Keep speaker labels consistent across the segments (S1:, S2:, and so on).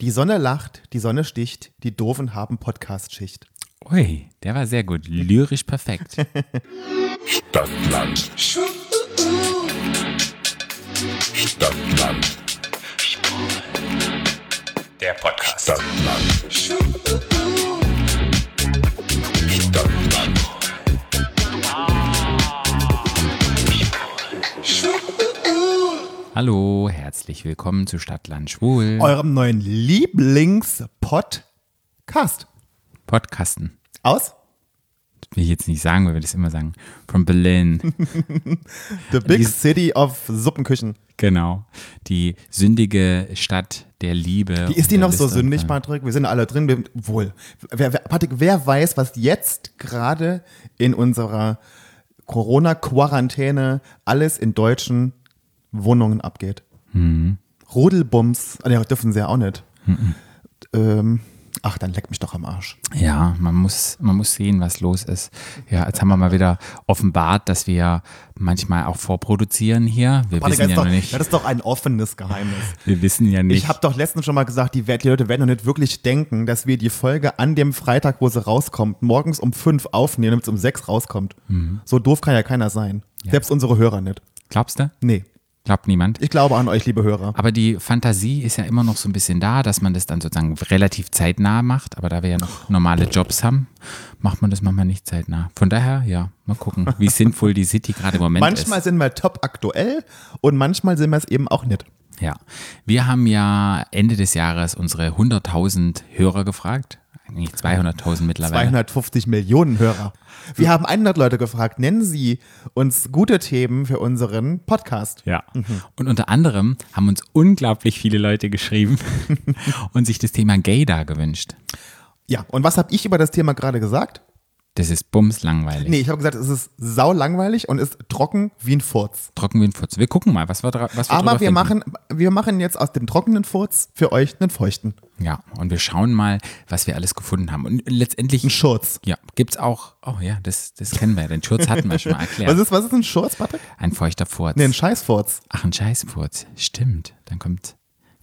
S1: Die Sonne lacht, die Sonne sticht, die Doofen haben Podcast-Schicht.
S2: Ui, der war sehr gut. Lyrisch perfekt.
S3: Stadtland. Stadtland. Der Podcast. Stadtland. Stadtland.
S2: Hallo, herzlich willkommen zu Stadtland Schwul.
S1: Eurem neuen Lieblings-Podcast.
S2: Podcasten.
S1: Aus
S2: Das will ich jetzt nicht sagen, weil wir das immer sagen. From Berlin.
S1: The Big City of Suppenküchen.
S2: genau. Die sündige Stadt der Liebe.
S1: Wie ist
S2: und
S1: die
S2: der
S1: noch so
S2: Lust und
S1: sündig,
S2: Fun.
S1: Patrick? Wir sind alle drin. Wir, wohl. Wer, wer, Patrick, wer weiß, was jetzt gerade in unserer Corona-Quarantäne alles in deutschen Wohnungen abgeht? Mhm. Rudelbums. Ah, nee, dürfen sie ja auch nicht. Ähm, ach, dann leck mich doch am Arsch.
S2: Ja, man muss, man muss sehen, was los ist. Ja, jetzt haben wir mal wieder offenbart, dass wir manchmal auch vorproduzieren hier. Wir
S1: Patrick, das, ist
S2: wissen ja noch
S1: doch, das
S2: nicht.
S1: ist doch ein offenes Geheimnis.
S2: Wir wissen ja nicht.
S1: Ich habe doch letztens schon mal gesagt, die, Welt- die Leute werden doch nicht wirklich denken, dass wir die Folge an dem Freitag, wo sie rauskommt, morgens um fünf aufnehmen, damit es um sechs rauskommt.
S2: Mhm.
S1: So doof kann ja keiner sein. Selbst unsere Hörer nicht.
S2: Glaubst du?
S1: Nee.
S2: Glaubt niemand?
S1: Ich glaube an euch, liebe Hörer.
S2: Aber die Fantasie ist ja immer noch so ein bisschen da, dass man das dann sozusagen relativ zeitnah macht. Aber da wir ja noch normale Jobs haben, macht man das manchmal nicht zeitnah. Von daher, ja, mal gucken, wie sinnvoll die City gerade im Moment
S1: Manchmal
S2: ist.
S1: sind wir top aktuell und manchmal sind wir es eben auch nicht.
S2: Ja. Wir haben ja Ende des Jahres unsere 100.000 Hörer gefragt. Eigentlich 200.000 mittlerweile.
S1: 250 Millionen Hörer. Wir haben 100 Leute gefragt, nennen Sie uns gute Themen für unseren Podcast.
S2: Ja. Mhm. Und unter anderem haben uns unglaublich viele Leute geschrieben und sich das Thema Gaydar gewünscht.
S1: Ja, und was habe ich über das Thema gerade gesagt?
S2: Das ist bumslangweilig.
S1: Nee, ich habe gesagt, es ist sau langweilig und ist trocken wie ein Furz.
S2: Trocken wie ein Furz. Wir gucken mal, was wir, dra- was wir drüber
S1: Aber wir
S2: finden.
S1: machen, wir machen jetzt aus dem trockenen Furz für euch einen feuchten.
S2: Ja, und wir schauen mal, was wir alles gefunden haben. Und letztendlich.
S1: Einen Schurz.
S2: Ja, gibt's auch. Oh ja, das, das kennen wir. Den Schurz hatten wir schon mal erklärt.
S1: Was ist, was ist ein Schurz, Patrick?
S2: Ein feuchter Furz.
S1: Nee, ein Scheißfurz.
S2: Ach, ein Scheißfurz. Stimmt. Dann kommt.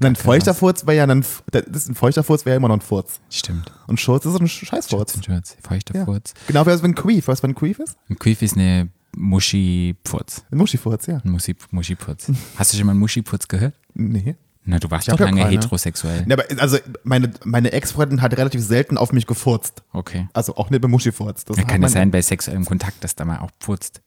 S1: Ein feuchter Furz wäre ja dann, das ist ein feuchter Furz wäre ja immer noch ein Furz.
S2: Stimmt.
S1: Und Schurz ist ein Scheißfurz.
S2: Ein Schurz. Feuchter
S1: Ja.
S2: Furz.
S1: Genau, wie was, wenn ein Queef, weißt du, was ein Queef ist?
S2: Ein Quiff ist eine Muschi-Furz.
S1: Ein Muschifurz, ja.
S2: Ein Muschi- Muschi-Furz. Hast du schon mal einen Muschi-Furz gehört?
S1: Nee.
S2: Na, du warst
S1: Ich hab
S2: doch
S1: ja
S2: lange
S1: keine.
S2: heterosexuell.
S1: Ja, aber also meine, meine Ex-Freundin hat relativ selten auf mich gefurzt.
S2: Okay.
S1: Also auch nicht mit Muschifurz. Das
S2: Ja,
S1: hat
S2: kann
S1: man-
S2: es sein, bei sexuellem Kontakt, dass da mal auch purzt?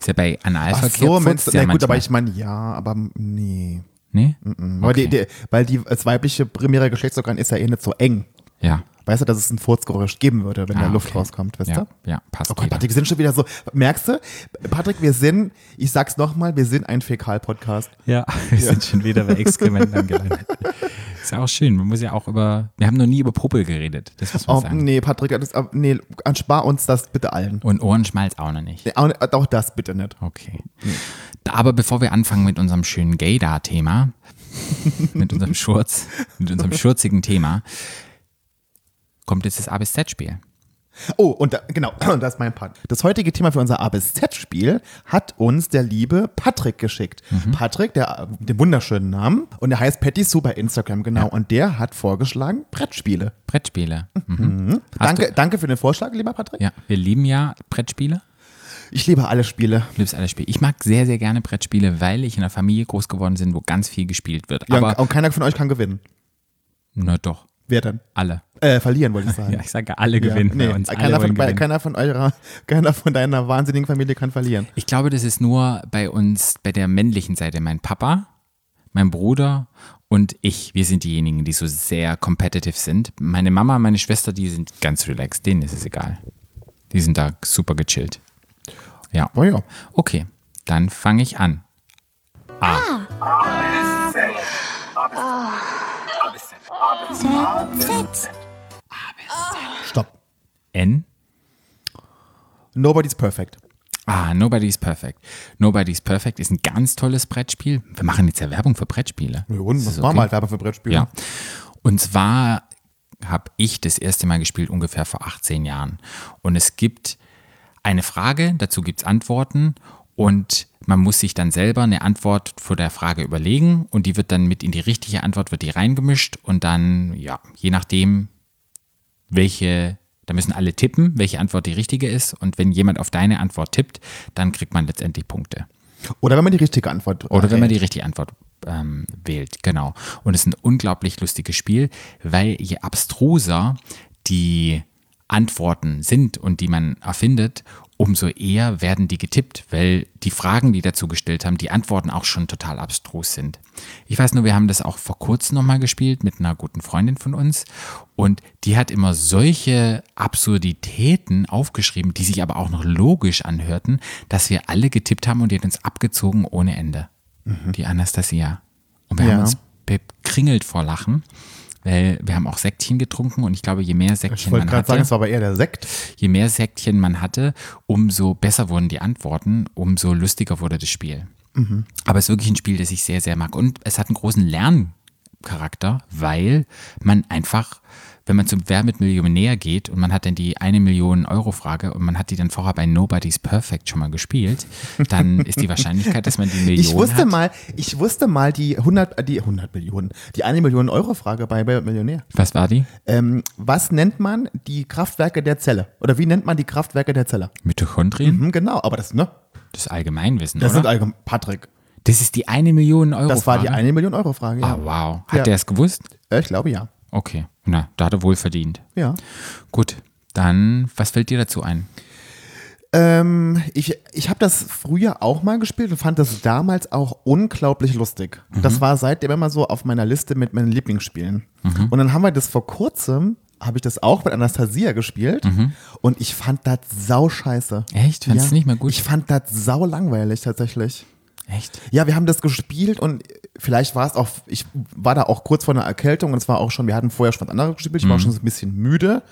S2: Ist ja bei
S1: Ach
S2: Analverkehr
S1: so,
S2: purzt
S1: meinst du,
S2: ja
S1: na gut, aber Mm,
S2: manchmal.
S1: ich meine, ja, aber nee.
S2: Nee?
S1: Weil, die, die, weil die, das weibliche primäre Geschlechtsorgan ist ja eh nicht so eng.
S2: Ja.
S1: Weißt du, dass es ein Furzgeräusch geben würde, wenn
S2: Ah,
S1: da Luft
S2: okay.
S1: rauskommt, weißt
S2: ja,
S1: du?
S2: ja, passt.
S1: Oh Gott,
S2: jeder.
S1: Patrick, wir sind schon wieder so. Merkst du? Patrick, wir sind, ich sag's nochmal, wir sind ein Fäkal-Podcast.
S2: Ja, wir sind schon wieder bei Exkrementen gelandet. Ist ja auch schön. Man muss ja auch über. Wir haben noch nie über Puppe geredet. Das muss man
S1: Oh,
S2: sagen.
S1: nee, Patrick, das, nee, spar uns das bitte allen.
S2: Und Ohrenschmalz auch noch nicht.
S1: Nee, Auch, auch das bitte nicht.
S2: Okay. Da- Aber bevor wir anfangen mit unserem schönen Gaydar-Thema, mit unserem Schurz, mit unserem schurzigen Thema, kommt jetzt das A bis Z-Spiel.
S1: Oh, und da, genau, das ist mein Part. Das heutige Thema für unser A bis Z-Spiel hat uns der liebe Patrick geschickt.
S2: Mhm.
S1: Patrick, der mit dem wunderschönen Namen, und der heißt Patty Sue bei Instagram, genau. Und der hat vorgeschlagen Brettspiele.
S2: Brettspiele. Mhm. Hast
S1: Danke, danke für den Vorschlag, lieber Patrick.
S2: Ja, wir lieben ja Brettspiele.
S1: Ich liebe alle Spiele.
S2: Du liebst alle Spiele. Ich mag sehr, sehr gerne Brettspiele, weil ich in einer Familie groß geworden bin, wo ganz viel gespielt wird.
S1: Ja,
S2: Aber,
S1: und keiner von euch kann gewinnen.
S2: na doch,
S1: Wer denn?
S2: alle.
S1: Äh, verlieren wollte ich sagen.
S2: Ja, ich sage, alle
S1: Ja,
S2: gewinnen
S1: nee,
S2: bei uns. Alle
S1: keiner, von,
S2: wollen
S1: bei,
S2: gewinnen.
S1: keiner von eurer, keiner von deiner wahnsinnigen Familie kann verlieren.
S2: Ich glaube, das ist nur bei uns, bei der männlichen Seite. Mein Papa, mein Bruder und ich, wir sind diejenigen, die so sehr competitive sind. Meine Mama, meine Schwester, die sind ganz relaxed. Denen ist es egal. Die sind da super gechillt. Ja.
S1: Oh ja.
S2: Okay, dann fange ich an.
S1: Stopp.
S2: N.
S1: Nobody's perfect.
S2: Ah, Nobody's Perfect. Nobody's Perfect ist ein ganz tolles Brettspiel. Wir machen jetzt ja Werbung für Brettspiele.
S1: Ja, und
S2: Ist
S1: was
S2: das
S1: machen wir
S2: okay?
S1: halt Werbung für Brettspiele?
S2: Ja. Und zwar habe ich das erste Mal gespielt ungefähr vor 18 Jahren. Und es gibt eine Frage, dazu gibt es Antworten und Man muss sich dann selber eine Antwort vor der Frage überlegen und die wird dann mit in die richtige Antwort wird die reingemischt und dann, ja, je nachdem, welche, da müssen alle tippen, welche Antwort die richtige ist und wenn jemand auf deine Antwort tippt, dann kriegt man letztendlich Punkte.
S1: Oder wenn man die richtige Antwort äh,
S2: Oder wenn man die
S1: erhält.
S2: richtige Antwort ähm, wählt, genau. Und es ist ein unglaublich lustiges Spiel, weil je abstruser die Antworten sind und die man erfindet, umso eher werden die getippt, weil die Fragen, die dazu gestellt haben, die Antworten auch schon total abstrus sind. Ich weiß nur, wir haben das auch vor kurzem nochmal gespielt mit einer guten Freundin von uns und die hat immer solche Absurditäten aufgeschrieben, die sich aber auch noch logisch anhörten, dass wir alle getippt haben und die hat uns abgezogen ohne Ende. Die Anastasia. Und wir
S1: Mhm. Ja.
S2: haben uns bekringelt vor Lachen, weil wir haben auch Sektchen getrunken und ich glaube, je mehr Sektchen
S1: Ich wollte
S2: man
S1: gerade
S2: hatte,
S1: sagen, es war aber eher der Sekt.
S2: je mehr Sektchen man hatte, umso besser wurden die Antworten, umso lustiger wurde das Spiel.
S1: Mhm.
S2: Aber es ist wirklich ein Spiel, das ich sehr, sehr mag. Und es hat einen großen Lerncharakter, weil man einfach, wenn man zum Wer mit Millionär geht und man hat dann die eine Million Euro Frage und man hat die dann vorher bei Nobody's Perfect schon mal gespielt, dann ist die Wahrscheinlichkeit, dass man die Million
S1: Ich wusste
S2: hat.
S1: mal, ich wusste mal die 100, äh, die 100 Millionen, die eine Million Euro Frage bei Wer wird Millionär.
S2: was war die?
S1: Ähm, was nennt man die Kraftwerke der Zelle? Oder wie nennt man die Kraftwerke der Zelle?
S2: Mitochondrien?
S1: Hm, genau, aber das, ne?
S2: Das Allgemeinwissen,
S1: Das sind
S2: oder?
S1: allgemein, Patrick.
S2: das ist die eine Million Euro
S1: Das war die
S2: Frage?
S1: eine Million Euro Frage. Ja.
S2: Ah, wow. Hat
S1: Ja.
S2: der es gewusst?
S1: Äh, Ich glaube ja.
S2: Okay. Na, da hat er wohl verdient.
S1: Ja.
S2: Gut, dann, was fällt dir dazu ein?
S1: Ähm, ich ich habe das früher auch mal gespielt und fand das damals auch unglaublich lustig.
S2: Mhm.
S1: Das war seitdem immer so auf meiner Liste mit meinen Lieblingsspielen.
S2: Mhm.
S1: Und dann haben wir das vor kurzem, habe ich das auch mit Anastasia gespielt und ich fand das sau scheiße.
S2: Mhm. Echt? Fandest du nicht mehr gut?
S1: Ich fand das sau langweilig tatsächlich.
S2: Echt?
S1: Ja, wir haben das gespielt und vielleicht war es auch, ich war da auch kurz vor einer Erkältung und es war auch schon, wir hatten vorher schon was anderes gespielt, ich war schon so ein bisschen müde.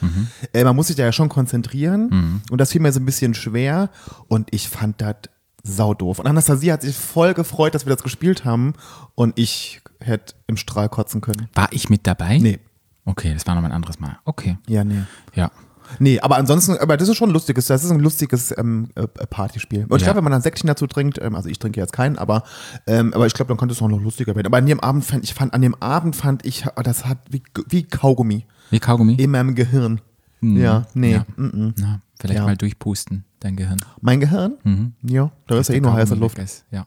S1: Äh, man muss sich da ja schon konzentrieren und das fiel mir so ein bisschen schwer und ich fand das saudoof. Und Anastasia hat sich voll gefreut, dass wir das gespielt haben und ich hätte im Strahl kotzen können.
S2: War ich mit dabei?
S1: Nee.
S2: Okay, das war nochmal ein anderes Mal. Okay.
S1: Ja, nee.
S2: Ja.
S1: Nee, aber ansonsten, aber das ist schon ein lustiges, das ist ein lustiges ähm, äh, Partyspiel. Und ich
S2: Ja.
S1: glaube, wenn man dann Säckchen dazu trinkt, ähm, also ich trinke jetzt keinen, aber, ähm, aber ich glaube, dann könnte es auch noch lustiger werden. Aber an dem Abend fand ich, fand, an dem Abend fand ich, ah, das hat wie, wie Kaugummi
S2: Wie Kaugummi?
S1: in meinem Gehirn. Ja, nee.
S2: Mhm. Ja.
S1: mm, mm.
S2: Na, vielleicht
S1: Ja.
S2: mal durchpusten, dein Gehirn.
S1: Mein Gehirn?
S2: Mhm.
S1: Ja, da ist ja eh nur heiße Luft. Mhm.
S2: Ist. Ja.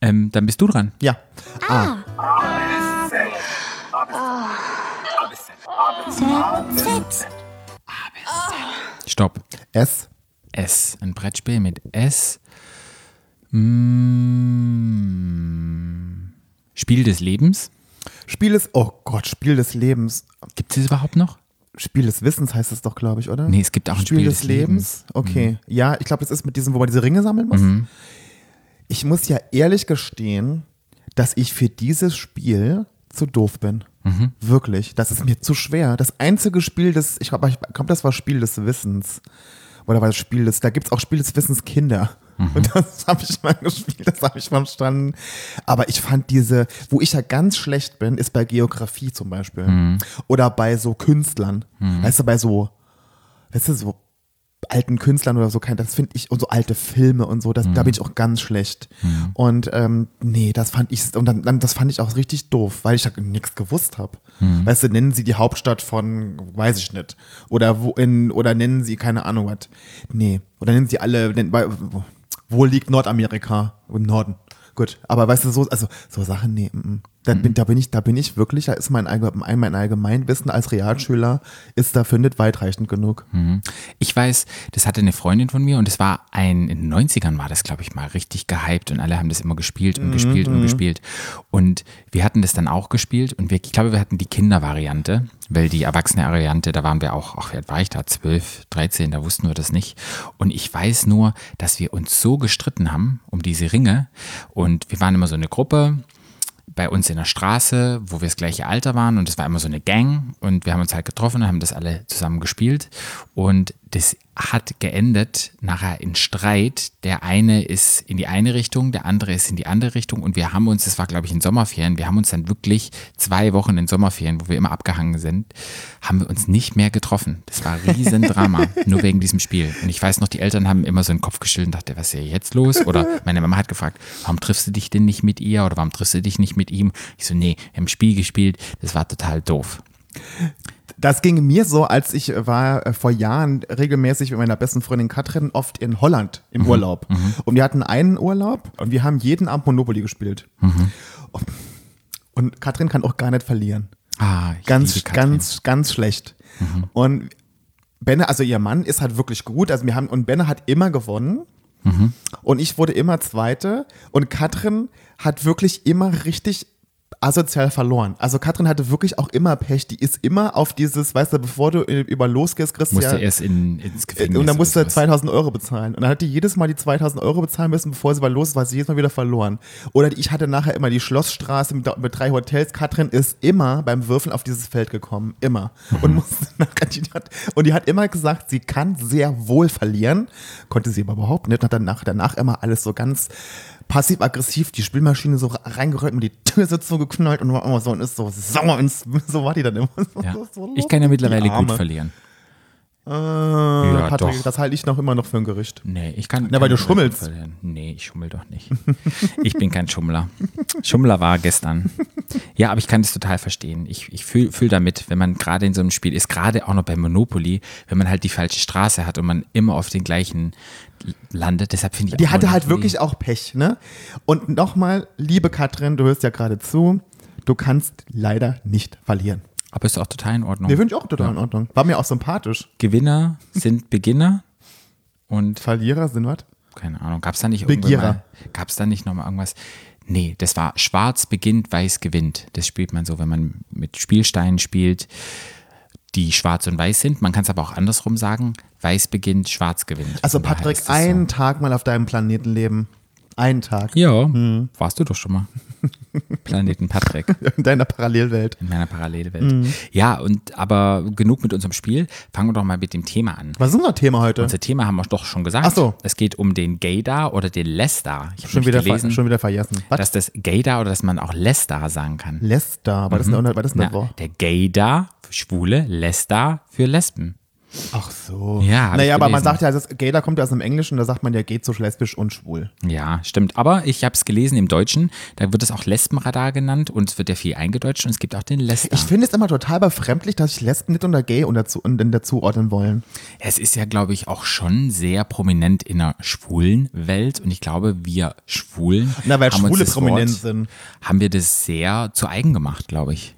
S2: Ähm, dann bist du dran.
S1: Ja. Ah.
S2: Stopp.
S1: S.
S2: S. Ein Brettspiel mit S. Mm. Spiel des Lebens.
S1: Spiel des, oh Gott, Spiel des Lebens.
S2: Gibt es überhaupt noch?
S1: Spiel des Wissens heißt es doch, glaube ich, oder?
S2: Nee, es gibt auch ein Spiel des Mhm.
S1: Okay. Ja, ich glaube, das ist mit diesem, wo man diese Ringe sammeln muss. Ich muss ja ehrlich gestehen, dass ich für dieses Spiel zu doof bin. Wirklich. Das ist mir zu schwer. Das einzige Spiel des, ich glaube, ich glaub, das war Spiel des Wissens. Oder war das Spiel des, da gibt es auch Spiel des Wissens Kinder. Und das habe ich mal gespielt, das habe ich verstanden. Aber ich fand diese, wo ich ja ganz schlecht bin, ist bei Geografie zum Beispiel. Oder bei so Künstlern. Weißt du, bei so weißt du, so alten Künstlern oder so, kein- das finde ich, und so alte Filme und so, das, da bin ich auch ganz schlecht. Und ähm, nee, das fand ich, und dann, dann, das fand ich auch richtig doof, weil ich da nichts gewusst habe. Weißt du, nennen sie die Hauptstadt von, weiß ich nicht, oder wo in, oder nennen sie, keine Ahnung was. Nee, oder nennen sie alle, nennen, weil- wo- wo liegt Nordamerika? Im Norden. Gut, aber weißt du, so, also, so Sachen, nee, mm, mm. Da, bin, da bin ich, da bin ich wirklich, da ist mein, Allge- mein Allgemeinwissen als Realschüler, ist dafür nicht weitreichend genug.
S2: Ich weiß, das hatte eine Freundin von mir und es war ein, in den 90ern war das, glaube ich, mal richtig gehypt und alle haben das immer gespielt und gespielt und gespielt. Und wir hatten das dann auch gespielt und wir, ich glaube, wir hatten die Kindervariante, weil die Erwachsene-Variante, da waren wir auch, ach, wie alt war ich da? 12, 13, da wussten wir das nicht. Und ich weiß nur, dass wir uns so gestritten haben um diese Ringe und wir waren immer so eine Gruppe bei uns in der Straße, wo wir das gleiche Alter waren und es war immer so eine Gang und wir haben uns halt getroffen und haben das alle zusammen gespielt und das hat geendet nachher in Streit. Der eine ist in die eine Richtung, der andere ist in die andere Richtung und wir haben uns, das war glaube ich in Sommerferien, wir haben uns dann wirklich zwei Wochen in Sommerferien, wo wir immer abgehangen sind, haben wir uns nicht mehr getroffen. Das war ein Riesendrama, nur wegen diesem Spiel. Und ich weiß noch, die Eltern haben immer so den Kopf geschüttelt und dachte, was ist hier jetzt los? Oder meine Mama hat gefragt, warum triffst du dich denn nicht mit ihr oder warum triffst du dich nicht mit ihm? Ich so, nee, wir haben Spiel gespielt, das war total doof.
S1: Das ging mir so, als ich war äh, vor Jahren regelmäßig mit meiner besten Freundin Katrin oft in Holland im Urlaub. Und wir hatten einen Urlaub und wir haben jeden Abend Monopoly gespielt. Und Katrin kann auch gar nicht verlieren.
S2: Ah, ich
S1: Ganz,
S2: liebe Katrin. Mhm.
S1: ganz, ganz schlecht. Und Benne, also ihr Mann, ist halt wirklich gut. Also wir haben, und Benne hat immer gewonnen.
S2: Mhm.
S1: Und ich wurde immer Zweite. Und Katrin hat wirklich immer richtig asozial verloren. Also Katrin hatte wirklich auch immer Pech. Die ist immer auf dieses, weißt du, bevor du äh, über losgehst, kriegst du
S2: musste
S1: ja...
S2: erst in, ins
S1: äh,
S2: Gefängnis.
S1: Und dann musste
S2: oder
S1: er
S2: sowas.
S1: 2000 Euro bezahlen. Und dann hat die jedes Mal die 2000 Euro bezahlen müssen, bevor sie mal los war, sie jedes Mal wieder verloren. Oder ich hatte nachher immer die Schlossstraße mit, mit drei Hotels. Katrin ist immer beim Würfeln auf dieses Feld gekommen. Immer.
S2: Mhm.
S1: Und musste nachher, die hat, und die hat immer gesagt, sie kann sehr wohl verlieren. Konnte sie aber überhaupt nicht. Und hat danach, danach immer alles so ganz passiv-aggressiv die Spielmaschine so reingerollt und die Tür so zugeknallt und war immer so und ist so sauer und so war die dann immer. So,
S2: Ja.
S1: so
S2: Ich kann ja
S1: lustig, die
S2: mittlerweile gut
S1: Arme.
S2: verlieren.
S1: Äh,
S2: Ja,
S1: Patrick,
S2: doch.
S1: das halte ich noch immer noch für ein Gericht.
S2: Nee, ich kann.
S1: Na, weil
S2: kann
S1: du schummelst.
S2: verlieren. Nee, ich schummel doch nicht. Ich bin kein Schummler. Schummler war gestern. Ja, aber ich kann das total verstehen. Ich, ich fühle fühl damit, wenn man gerade in so einem Spiel ist, gerade auch noch bei Monopoly, wenn man halt die falsche Straße hat und man immer auf den gleichen landet. Deshalb finde ich
S1: Die
S2: auch
S1: hatte halt
S2: Monopoly-
S1: wirklich auch Pech, ne? Und nochmal, liebe Katrin, du hörst ja gerade zu, du kannst leider nicht verlieren.
S2: Aber ist auch total in Ordnung.
S1: Mir wünsche ich auch total in Ordnung. War mir auch sympathisch.
S2: Gewinner sind Beginner und
S1: Verlierer sind was?
S2: keine Ahnung, gab es da nicht irgendwann
S1: Begierer.
S2: mal, gab's da nicht nochmal irgendwas? Nee, das war schwarz beginnt, weiß gewinnt. Das spielt man so, wenn man mit Spielsteinen spielt, die schwarz und weiß sind. Man kann es aber auch andersrum sagen, weiß beginnt, schwarz gewinnt.
S1: Also
S2: Von daher
S1: Patrick,
S2: ist es
S1: einen Tag mal auf deinem Planeten leben. Einen Tag.
S2: So. Ja,
S1: Hm.
S2: warst du doch schon mal. Planeten Patrick.
S1: In deiner Parallelwelt.
S2: In meiner Parallelwelt.
S1: Hm.
S2: Ja, und aber genug mit unserem Spiel. Fangen wir doch mal mit dem Thema an.
S1: Was ist unser Thema heute?
S2: Unser Thema haben wir doch schon gesagt.
S1: Ach so.
S2: Es geht um den Gaydar oder den Lestar. Ich habe
S1: Schon wieder, ver,
S2: gelesen,
S1: schon wieder vergessen. Was?
S2: dass das Gaydar oder dass man auch Lestar sagen kann.
S1: Lester, war das eine, war das eine
S2: Na,
S1: Woche?
S2: der Gaydar für Schwule, Lestar für Lesben.
S1: Ach so.
S2: Ja, hab ich
S1: Naja, aber man
S2: gelesen.
S1: sagt ja, das Gay, da kommt ja aus dem Englischen, da sagt man ja, geht so lesbisch und schwul.
S2: Ja, stimmt. Aber ich habe es gelesen im Deutschen, da wird es auch Lesbenradar genannt und es wird ja viel eingedeutscht und es gibt auch den Lestar.
S1: Ich finde es immer total befremdlich, dass ich Lesben nicht unter Gay unter, unter zuordnen wollen.
S2: Es ist ja, glaube ich, auch schon sehr prominent in der schwulen Welt und ich glaube, wir Schwulen,
S1: Na, weil
S2: haben uns
S1: Schwule
S2: das
S1: prominent
S2: Wort,
S1: sind.
S2: haben wir das sehr zu eigen gemacht, glaube ich.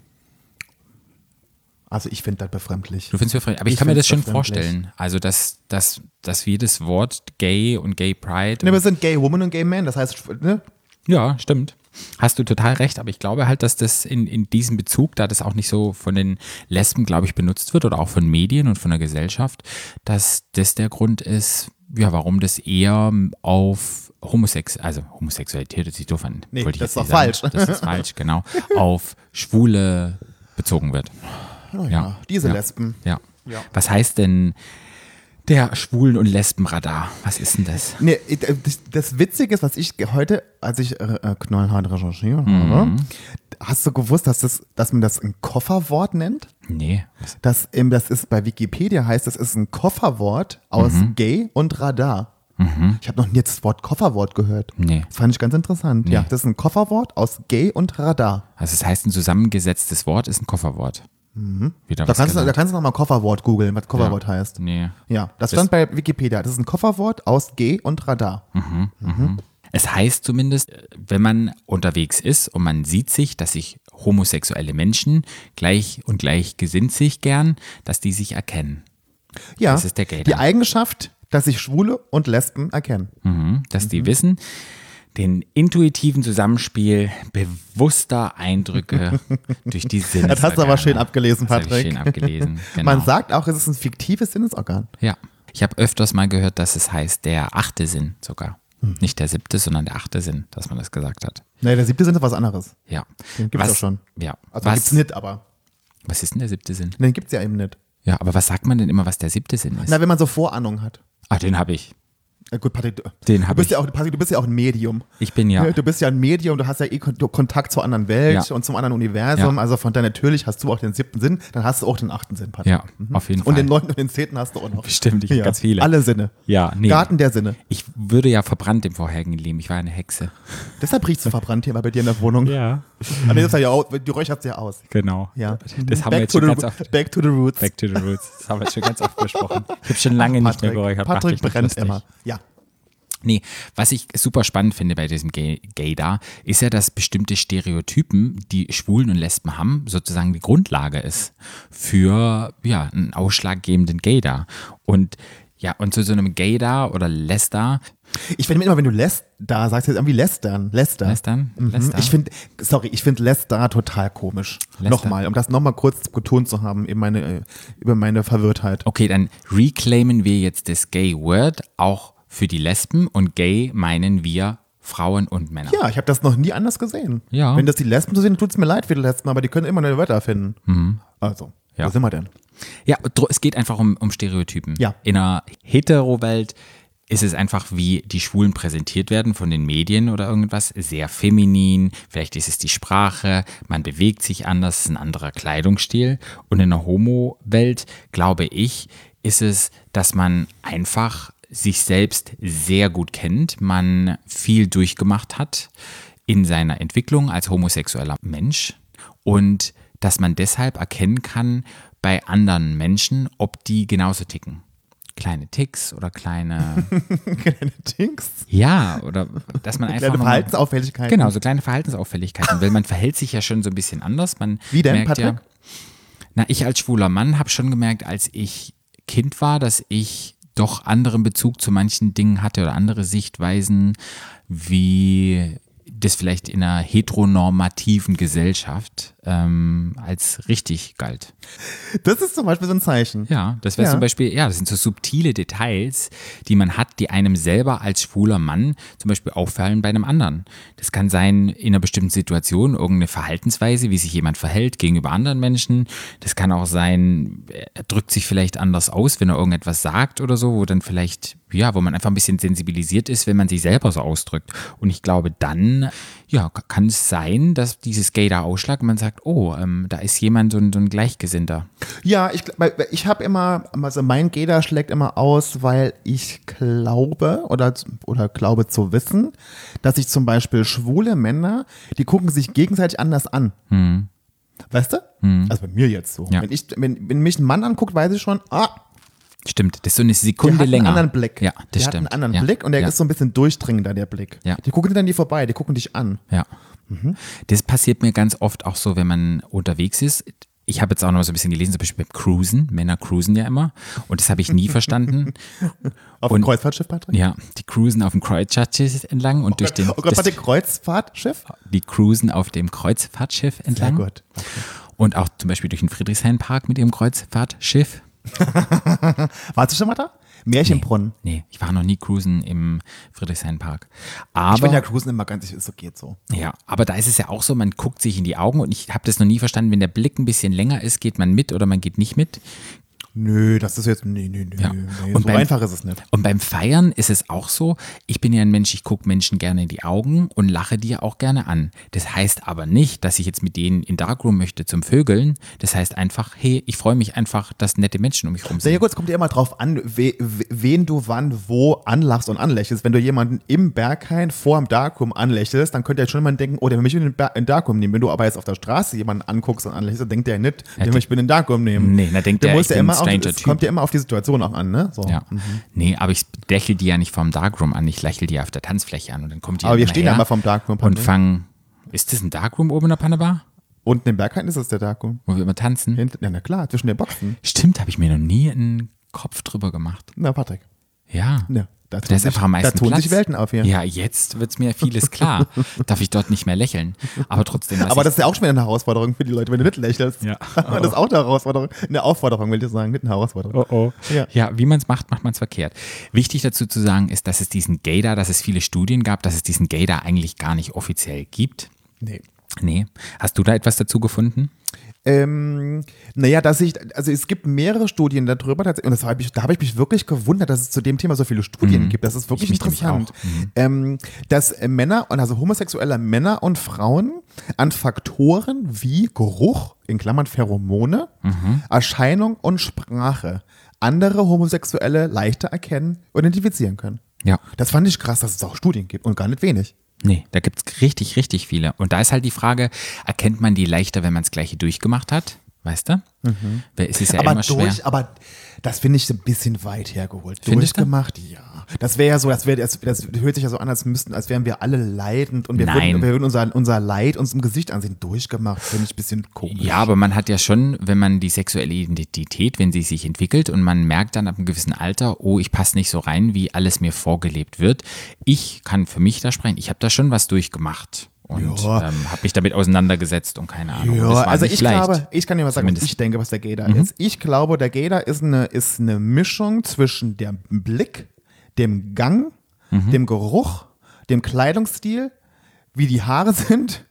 S1: Also ich finde das befremdlich.
S2: Du findest mir fremd, aber ich, kann mir
S1: find's
S2: das schon
S1: befremdlich.
S2: vorstellen. Also, dass, dass, dass wir das Wort gay und gay pride.
S1: Ne,
S2: und,
S1: wir sind Gay Woman und Gay Man, das heißt, ne?
S2: ja, stimmt. Hast du total recht, aber ich glaube halt, dass das in, in diesem Bezug, da das auch nicht so von den Lesben, glaube ich, benutzt wird oder auch von Medien und von der Gesellschaft, dass das der Grund ist, ja, warum das eher auf Homosex, also Homosexualität, das ist doof an.
S1: Nee,
S2: wollte ich
S1: das ist
S2: jetzt
S1: doch
S2: nicht sagen.
S1: falsch.
S2: Das ist falsch, genau. Auf Schwule bezogen wird.
S1: Naja,
S2: Ja.
S1: Ah, diese
S2: Ja.
S1: Lesben.
S2: Ja.
S1: Ja.
S2: Was heißt denn der Schwulen- und Lesbenradar? Was ist denn das?
S1: Nee, ich- äh, das- das Witzige ist, was ich ge- heute, als ich äh, äh, knallhart recherchiert
S2: Mhm.
S1: habe, hast du gewusst, dass, das, dass man das ein Kofferwort nennt?
S2: Nee. Was?
S1: Das, ähm, das ist bei Wikipedia heißt, das ist ein Kofferwort aus
S2: Mhm.
S1: Gay und Radar. Ich habe noch nie das Wort Kofferwort gehört.
S2: Nee.
S1: Das fand ich ganz interessant. Ja, das ist ein Kofferwort aus Gay und Radar.
S2: Also das heißt, ein zusammengesetztes Wort ist ein Kofferwort. Wieder
S1: Mhm. Da
S2: was
S1: kannst, du, da
S2: gelernt.
S1: kannst du nochmal Kofferwort googeln, was Kofferwort heißt.
S2: Nee.
S1: Ja, das stand bei Wikipedia. Das ist ein Kofferwort aus G und Radar.
S2: Hm, Es heißt zumindest, äh, wenn man unterwegs ist und man sieht sich, dass sich homosexuelle Menschen gleich und gleich gesinnt sich gern, dass die sich erkennen.
S1: Ja,
S2: Das ist der Gator.
S1: die Eigenschaft, dass sich Schwule und Lesben erkennen.
S2: Mhm. Dass die wissen, den intuitiven Zusammenspiel bewusster Eindrücke durch die Sinne.
S1: Das hast du aber schön abgelesen, Patrick.
S2: Schön abgelesen. Genau.
S1: Man sagt auch, es ist ein fiktives Sinnesorgan.
S2: Ja. Ich habe öfters mal gehört, dass es heißt der achte Sinn sogar.
S1: Hm.
S2: Nicht der siebte, sondern der achte Sinn, dass man das gesagt hat.
S1: Naja, der siebte Sinn ist was anderes.
S2: Ja.
S1: Den gibt's
S2: was,
S1: auch schon.
S2: Ja.
S1: Also
S2: was,
S1: gibt's nicht, aber.
S2: was ist denn der siebte Sinn?
S1: Den gibt's ja eben nicht.
S2: Ja, aber was sagt man denn immer, was der siebte Sinn ist?
S1: Na, wenn man so Vorahnung hat.
S2: ah, den habe ich.
S1: Ja, gut, Patrick, du-
S2: Den
S1: du
S2: hab
S1: bist
S2: ich.
S1: ja auch, Patrick, du bist ja auch ein Medium.
S2: Ich bin ja.
S1: Ne, Du bist ja ein Medium, du hast ja eh Kon du- Kontakt zur anderen Welt
S2: Ja.
S1: und zum anderen Universum.
S2: Ja.
S1: Also von daher natürlich hast du auch den siebten Sinn, dann hast du auch den achten Sinn, Patrick.
S2: Ja, auf jeden
S1: Mhm. Und
S2: Fall.
S1: den neunten und den zehnten hast du auch noch.
S2: Bestimmt, ich hab ganz viele.
S1: Alle Sinne.
S2: Ja, nee.
S1: Garten der Sinne.
S2: Ich würde ja verbrannt im vorherigen Leben. Ich war eine Hexe.
S1: Deshalb riechst du verbrannt hier mal bei dir in der Wohnung.
S2: Ja,
S1: Ah, nee, das war ja auch, du räucherst ja aus.
S2: genau.
S1: Ja.
S2: Das haben wir jetzt
S1: to
S2: schon
S1: the,
S2: ganz oft.
S1: Back to the roots.
S2: Back to the roots. Das haben wir jetzt schon ganz oft besprochen. Ich habe schon lange nicht mehr geräuchert. Macht
S1: Patrick
S2: euch nicht
S1: brennt
S2: lustig.
S1: immer. Ja.
S2: Nee, was ich super spannend finde bei diesem Gay- Gaydar, ist ja, dass bestimmte Stereotypen, die Schwulen und Lesben haben, sozusagen die Grundlage ist für ja, einen ausschlaggebenden Gaydar. Und ja, und zu so einem Gaydar oder Lester,
S1: Ich finde immer, wenn du Lester sagst, jetzt irgendwie lästern. Lästern.
S2: Lestern,
S1: Mhm.
S2: Lester?
S1: Ich finde, sorry, ich finde Lester total komisch.
S2: Lester?
S1: Nochmal, um das nochmal kurz betont zu haben, eben meine, äh, über meine Verwirrtheit.
S2: okay, dann reclaimen wir jetzt das Gay-Word auch für die Lesben und Gay meinen wir Frauen und Männer.
S1: Ja, ich habe das noch nie anders gesehen.
S2: Ja.
S1: Wenn das die Lesben so sehen, tut's mir leid für die Lesben, aber die können immer neue Wörter finden. Also,
S2: Mhm. Ja.
S1: wo sind wir denn?
S2: Ja, dr- es geht einfach um, um Stereotypen.
S1: Ja.
S2: In einer Hetero-Welt ist es einfach, wie die Schwulen präsentiert werden von den Medien oder irgendwas, sehr feminin. Vielleicht ist es die Sprache, man bewegt sich anders, es ist ein anderer Kleidungsstil. Und in einer Homo-Welt, glaube ich, ist es, dass man einfach sich selbst sehr gut kennt, man viel durchgemacht hat in seiner Entwicklung als homosexueller Mensch und dass man deshalb erkennen kann bei anderen Menschen, ob die genauso ticken. Kleine Ticks oder kleine,
S1: Kleine Tinks.
S2: ja, oder dass man einfach.
S1: Kleine
S2: nochmal-
S1: Verhaltensauffälligkeiten.
S2: Genau, so kleine Verhaltensauffälligkeiten, weil man verhält sich ja schon so ein bisschen anders. Man
S1: Wie denn,
S2: merkt ja,
S1: Patrick?
S2: na, ich als schwuler Mann habe schon gemerkt, als ich Kind war, dass ich doch anderen Bezug zu manchen Dingen hatte oder andere Sichtweisen, wie das vielleicht in einer heteronormativen Gesellschaft ähm, als richtig galt.
S1: Das ist zum Beispiel so ein Zeichen.
S2: Ja, das wäre
S1: Ja.
S2: zum Beispiel, ja, das sind so subtile Details, die man hat, die einem selber als schwuler Mann zum Beispiel auffallen bei einem anderen. Das kann sein in einer bestimmten Situation, irgendeine Verhaltensweise, wie sich jemand verhält gegenüber anderen Menschen. Das kann auch sein, er drückt sich vielleicht anders aus, wenn er irgendetwas sagt oder so, wo dann vielleicht, ja, wo man einfach ein bisschen sensibilisiert ist, wenn man sich selber so ausdrückt. Und ich glaube, dann, ja, kann es sein, dass dieses Gator-Ausschlag, man sagt, oh, ähm, da ist jemand so ein, so ein Gleichgesinnter.
S1: Ja, ich, gl- weil- weil ich habe immer, also mein Gator schlägt immer aus, weil ich glaube oder, oder glaube zu wissen, dass ich zum Beispiel schwule Männer, die gucken sich gegenseitig anders an. Weißt du? Also bei mir jetzt so.
S2: Hm. Ja.
S1: Wenn, ich, wenn, wenn mich ein Mann anguckt, weiß ich schon, ah,
S2: Stimmt, das ist so eine
S1: der
S2: Sekunde
S1: hat
S2: länger.
S1: einen anderen Blick.
S2: Ja,
S1: der
S2: das stimmt.
S1: hat einen anderen
S2: ja.
S1: Blick und der
S2: ja.
S1: ist so ein bisschen durchdringender, der Blick.
S2: Ja.
S1: Die gucken dann nie vorbei, die gucken dich an.
S2: Ja.
S1: Mhm.
S2: Das passiert mir ganz oft auch so, wenn man unterwegs ist. Ich habe jetzt auch noch so ein bisschen gelesen, zum Beispiel beim Cruisen. Männer cruisen ja immer. Und das habe ich nie verstanden.
S1: Auf
S2: Und-
S1: dem Kreuzfahrtschiff, Patrick?
S2: Ja, die cruisen auf dem Kreuzfahrtschiff entlang und durch den.
S1: Oh Gott,
S2: das,
S1: Patrick, Kreuzfahrtschiff?
S2: die cruisen auf dem Kreuzfahrtschiff entlang.
S1: gut.
S2: Und auch zum Beispiel durch den Friedrichshain-Park mit ihrem Kreuzfahrtschiff.
S1: Warst du schon mal da? Märchenbrunnen.
S2: Nee, ich war noch nie cruisen im Friedrichshain-Park. Aber
S1: Ich bin ja Cruisen immer ganz, so geht so.
S2: Ja, aber da ist es ja auch so, man guckt sich in die Augen und ich habe das noch nie verstanden, wenn der Blick ein bisschen länger ist, geht man mit oder man geht nicht mit.
S1: Nö, das ist jetzt. Nee, nee, nee.
S2: Ja.
S1: nee
S2: Und
S1: so
S2: beim-
S1: einfach ist es nicht.
S2: Und beim Feiern ist es auch so, ich bin ja ein Mensch, ich gucke Menschen gerne in die Augen und lache die auch gerne an. Das heißt aber nicht, dass ich jetzt mit denen in Darkroom möchte zum Vögeln. Das heißt einfach, hey, ich freue mich einfach, dass nette Menschen um mich rum
S1: Sehr
S2: sind.
S1: gut, es kommt ja immer drauf an, we, we- wen du wann wo anlachst und anlächelst. Wenn du jemanden im Berghain vor dem Darkroom anlächelst, dann könnte ja schon jemand denken, oh, der will mich in den, Ber in den Darkroom nehmen. Wenn du aber jetzt auf der Straße jemanden anguckst und anlächelst, dann denkt der ja nicht, der will mich in den Darkroom nehmen.
S2: Nee, dann denkt
S1: Du
S2: der,
S1: musst ja
S2: ich bin
S1: immer
S2: ein
S1: auf,
S2: stranger
S1: Es
S2: Typ.
S1: kommt ja immer auf die Situation auch an, ne? So.
S2: Ja. Nee, aber ich lächle die ja nicht vom Darkroom an, ich lächle die ja auf der Tanzfläche an und dann kommt die
S1: Aber
S2: ja
S1: wir
S2: immer
S1: stehen
S2: her
S1: ja immer vom Darkroom,
S2: und
S1: Patrick.
S2: fangen. Ist das ein Darkroom oben in der Panama,
S1: Und im Berghain ist es der Darkroom.
S2: wo wir immer tanzen?
S1: Hinten, ja, na klar, zwischen den Boxen.
S2: Stimmt, habe ich mir noch nie einen Kopf drüber gemacht.
S1: Na, Patrick.
S2: Ja.
S1: Ja, da
S2: da
S1: tun
S2: ist
S1: sich-
S2: einfach am meisten
S1: da tun
S2: Platz.
S1: sich Welten auf hier.
S2: Ja, jetzt wird mir vieles klar. Darf ich dort nicht mehr lächeln. Aber trotzdem. was
S1: Aber
S2: ich-
S1: das ist ja auch schon wieder eine Herausforderung für die Leute, wenn du nicht lächelst.
S2: Ja.
S1: Das ist auch eine Herausforderung, eine Aufforderung, will ich sagen, nicht eine Herausforderung.
S2: Oh oh.
S1: Ja.
S2: Ja, wie man es macht, macht man es verkehrt. Wichtig dazu zu sagen ist, dass es diesen Gator, dass es viele Studien gab, dass es diesen Gator eigentlich gar nicht offiziell gibt.
S1: Nee.
S2: Nee. Hast du da etwas dazu gefunden?
S1: Ähm, naja, dass ich, also es gibt mehrere Studien darüber, tats- und das hab ich, da habe ich mich wirklich gewundert, dass es zu dem Thema so viele Studien gibt. Das ist wirklich
S2: Mhm. Ich mich Mhm. nämlich
S1: interessant. Ähm, dass äh, Männer, und also homosexuelle Männer und Frauen an Faktoren wie Geruch, in Klammern Pheromone,
S2: Mhm.
S1: Erscheinung und Sprache andere Homosexuelle leichter erkennen und identifizieren können.
S2: Ja.
S1: Das fand ich krass, dass es auch Studien gibt und gar nicht wenig.
S2: Nee, da gibt's richtig, richtig viele. Und da ist halt die Frage, erkennt man die leichter, wenn man das gleiche durchgemacht hat? Weißt du? Weil es ist
S1: Mhm.
S2: ja
S1: aber
S2: immer schwer.
S1: durch, aber das finde ich ein bisschen weit hergeholt.
S2: Findest du?
S1: Durchgemacht, ja. Das wäre ja so, das, wär, das, das hört sich ja so an, als müssten, als wären wir alle leidend und wir
S2: Nein.
S1: würden, wir würden unser, unser Leid uns im Gesicht ansehen. Durchgemacht, finde ich ein bisschen komisch.
S2: Ja, aber man hat ja schon, wenn man die sexuelle Identität, wenn sie sich entwickelt und man merkt dann ab einem gewissen Alter, oh, ich passe nicht so rein, wie alles mir vorgelebt wird. Ich kann für mich da sprechen. Ich habe da schon was durchgemacht und
S1: Ja.
S2: ähm, habe mich damit auseinandergesetzt und keine Ahnung.
S1: Ja,
S2: das war
S1: also
S2: nicht
S1: ich
S2: leicht.
S1: glaube, ich kann dir was sagen, was
S2: Zumindest. Mhm.
S1: ich denke, was der Gator ist. Ich glaube, der Gator ist eine, ist eine Mischung zwischen dem Blick, dem Gang,
S2: Mhm.
S1: dem Geruch, dem Kleidungsstil, wie die Haare sind,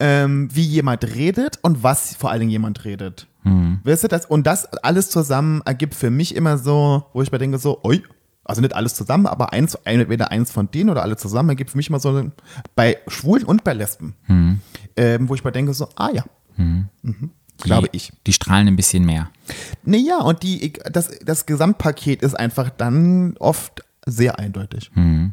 S1: ähm, wie jemand redet und was vor allen Dingen jemand redet. Weißt du das? Und das alles zusammen ergibt für mich immer so, wo ich mir denke, so, oi. Also nicht alles zusammen, aber eins, entweder eins von denen oder alle zusammen ergibt für mich immer so einen- bei Schwulen und bei Lesben ähm, wo ich mal denke, so, ah ja, Mhm.
S2: die,
S1: glaube ich.
S2: Die strahlen ein bisschen mehr.
S1: nee, ja, und die, ich- das, das Gesamtpaket ist einfach dann oft sehr eindeutig. Mhm.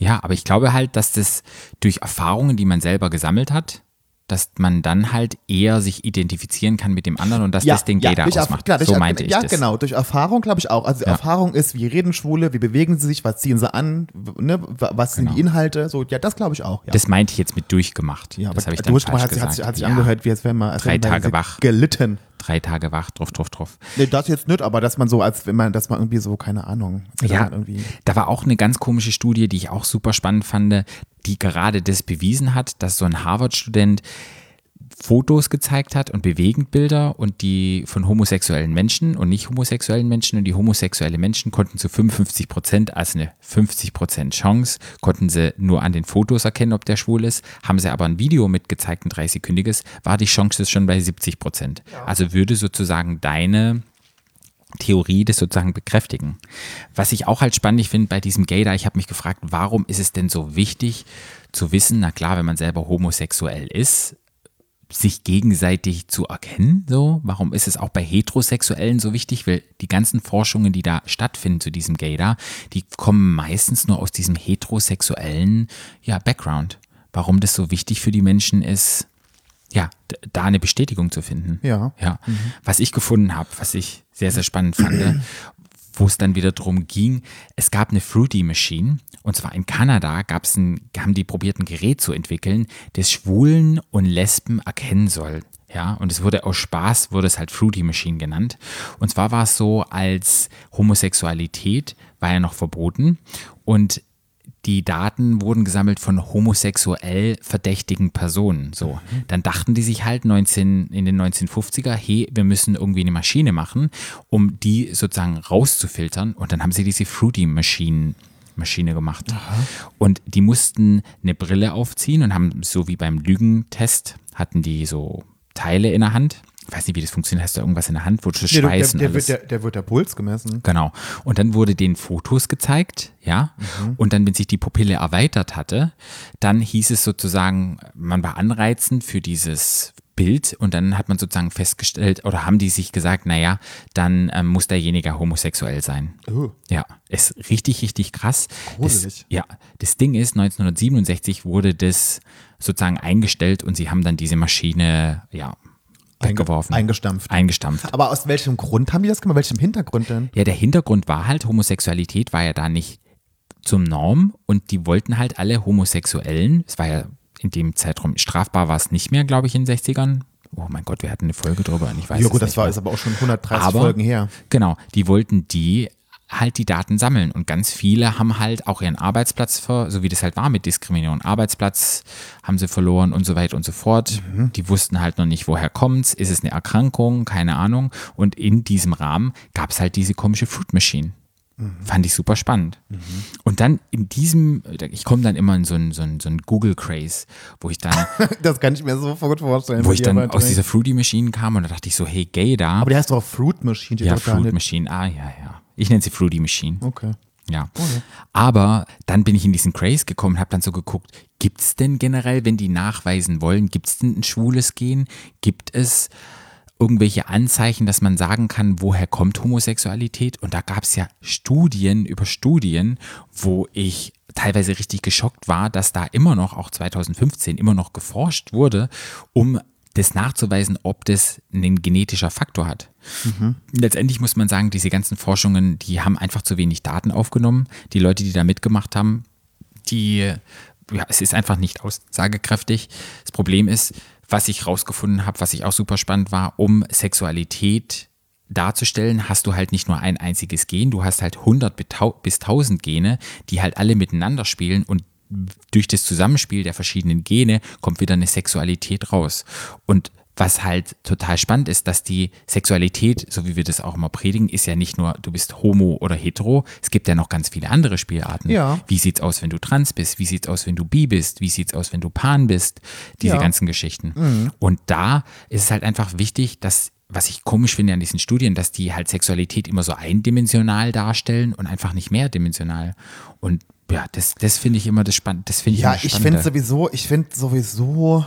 S2: Ja, aber ich glaube halt, dass das durch Erfahrungen, die man selber gesammelt hat, dass man dann halt eher sich identifizieren kann mit dem anderen und dass das den Gator
S1: durch Erf-
S2: ausmacht.
S1: klar, durch
S2: so
S1: Erf-
S2: meinte ich
S1: Ja,
S2: das.
S1: genau, durch Erfahrung glaube ich auch. Also Erfahrung ist, wie reden Schwule, wie bewegen sie sich, was ziehen sie an, w- ne, w- was sind die Inhalte, so, ja, das glaube ich auch. Ja.
S2: Genau. Das meinte ich jetzt mit durchgemacht.
S1: ja,
S2: das habe ich dann
S1: durchgemacht
S2: falsch
S1: hat, sich-
S2: gesagt.
S1: hat, sich- hat sich
S2: ja,
S1: angehört, wie als wäre man als
S2: Drei
S1: wenn man
S2: Tage
S1: sich
S2: wach.
S1: gelitten.
S2: Drei Tage wach, drauf, drauf, drauf.
S1: Nee, das jetzt nicht, aber dass man so, als wenn man, dass man irgendwie so, keine Ahnung, dass
S2: Ja,
S1: man irgendwie.
S2: da war auch eine ganz komische Studie, die ich auch super spannend fand, die gerade das bewiesen hat, dass so ein Harvard-Student Fotos gezeigt hat und Bewegtbilder und die von homosexuellen Menschen und nicht homosexuellen Menschen und die homosexuellen Menschen konnten zu 55 Prozent, also eine 50 Prozent Chance, konnten sie nur an den Fotos erkennen, ob der schwul ist. Haben sie aber ein Video mitgezeigt, ein 30-kündiges, war die Chance schon bei 70 Prozent. Also würde sozusagen deine Theorie das sozusagen bekräftigen. Was ich auch halt spannend finde bei diesem Gator, ich habe mich gefragt, warum ist es denn so wichtig zu wissen, na klar, wenn man selber homosexuell ist, sich gegenseitig zu erkennen, so? Warum ist es auch bei Heterosexuellen so wichtig? Weil die ganzen Forschungen, die da stattfinden zu diesem Gator, die kommen meistens nur aus diesem heterosexuellen, ja, Background. Warum das so wichtig für die Menschen ist, ja, d- da eine Bestätigung zu finden.
S1: Ja.
S2: Ja. Was ich gefunden habe, was ich sehr, sehr spannend fand, ne, wo es dann wieder drum ging, es gab eine Fruity Machine und zwar in Kanada gab's ein, haben die probiert, ein Gerät zu entwickeln, das Schwulen und Lesben erkennen soll. Ja, und es wurde aus Spaß, wurde es halt Fruity Machine genannt. Und zwar war es so, als Homosexualität war ja noch verboten und die Daten wurden gesammelt von homosexuell verdächtigen Personen. So,
S1: Mhm.
S2: dann dachten die sich halt 19, in den 1950er, hey, wir müssen irgendwie eine Maschine machen, um die sozusagen rauszufiltern. Und dann haben sie diese Fruity Machine Maschine gemacht. Und die mussten eine Brille aufziehen und haben so wie beim Lügentest hatten die so Teile in der Hand. Ich weiß nicht, wie das funktioniert. Hast du irgendwas in der Hand, wo du
S1: Der, der,
S2: Schweißen
S1: der,
S2: alles?
S1: wird, der, der wird der Puls gemessen.
S2: Genau. Und dann wurde den Fotos gezeigt, ja.
S1: Mhm.
S2: Und dann, wenn sich die Pupille erweitert hatte, dann hieß es sozusagen, man war anreizend für dieses Bild und dann hat man sozusagen festgestellt oder haben die sich gesagt, naja, dann ähm, muss derjenige homosexuell sein.
S1: Oh.
S2: Ja, ist richtig, richtig krass. Das,
S1: Gruselig.
S2: ja, das Ding ist, 1967 wurde das sozusagen eingestellt und sie haben dann diese Maschine, ja,
S1: Einge-
S2: weggeworfen.
S1: eingestampft.
S2: Eingestampft.
S1: Aber aus welchem Grund haben die das gemacht? Welchem Hintergrund denn?
S2: Ja, der Hintergrund war halt, Homosexualität war ja da nicht zum Norm und die wollten halt alle Homosexuellen, es war ja in dem Zeitraum strafbar, war es nicht mehr, glaube ich, in den 60ern. Oh mein Gott, wir hatten eine Folge drüber und ich weiß
S1: Ja
S2: es
S1: gut, das
S2: nicht
S1: war
S2: mehr.
S1: jetzt aber auch schon 130
S2: Aber-
S1: Also Folgen her.
S2: Genau, die wollten die halt die Daten sammeln und ganz viele haben halt auch ihren Arbeitsplatz, ver so wie das halt war mit Diskriminierung, Arbeitsplatz haben sie verloren und so weiter und so fort.
S1: Mhm.
S2: Die wussten halt noch nicht, woher kommt's, ist es eine Erkrankung, keine Ahnung. Und in diesem Rahmen gab es halt diese komische Food Machine.
S1: Mhm.
S2: Fand ich super spannend. Und dann in diesem, ich komme dann immer in so einen so einen- so einen Google-Craze, wo ich dann,
S1: Das kann ich mir so gut vorstellen.
S2: wo
S1: wie
S2: ich dann
S1: jemand
S2: aus
S1: trinkt.
S2: dieser Fruity Machine kam und da dachte ich so, hey, gay da.
S1: Aber die heißt doch auch Fruit Machine. Die
S2: ja,
S1: doch gar
S2: Fruit
S1: nicht-
S2: Machine, ah ja, ja. Ich nenne sie Fruity Machine.
S1: Okay.
S2: Ja. Aber dann bin ich in diesen Craze gekommen, habe dann so geguckt, gibt es denn generell, wenn die nachweisen wollen, gibt es denn ein schwules Gen? Gibt es irgendwelche Anzeichen, dass man sagen kann, woher kommt Homosexualität? Und da gab es ja Studien über Studien, wo ich teilweise richtig geschockt war, dass da immer noch, auch 2015, immer noch geforscht wurde, um das nachzuweisen, ob das einen genetischer Faktor hat. Letztendlich muss man sagen, diese ganzen Forschungen, die haben einfach zu wenig Daten aufgenommen. Die Leute, die da mitgemacht haben, die, ja, es ist einfach nicht aussagekräftig. Das Problem ist, was ich rausgefunden habe, was ich auch super spannend war, um Sexualität darzustellen, hast du halt nicht nur ein einziges Gen, du hast halt 100 bis 1000 bis 1000 Gene, die halt alle miteinander spielen und durch das Zusammenspiel der verschiedenen Gene kommt wieder eine Sexualität raus. Und was halt total spannend ist, dass die Sexualität, so wie wir das auch immer predigen, ist ja nicht nur, du bist homo oder hetero, es gibt ja noch ganz viele andere Spielarten.
S1: Ja.
S2: Wie sieht's aus, wenn du trans bist? Wie sieht's aus, wenn du bi bist? Wie sieht's aus, wenn du pan bist? Diese
S1: Ja. Mhm.
S2: ganzen Geschichten. Und da ist es halt einfach wichtig, dass was ich komisch finde an diesen Studien, dass die halt Sexualität immer so eindimensional darstellen und einfach nicht mehrdimensional. Und ja, das, das finde ich immer das spannend. Das finde ich
S1: Ja,
S2: immer
S1: ich
S2: Spannende.
S1: finde sowieso, ich finde sowieso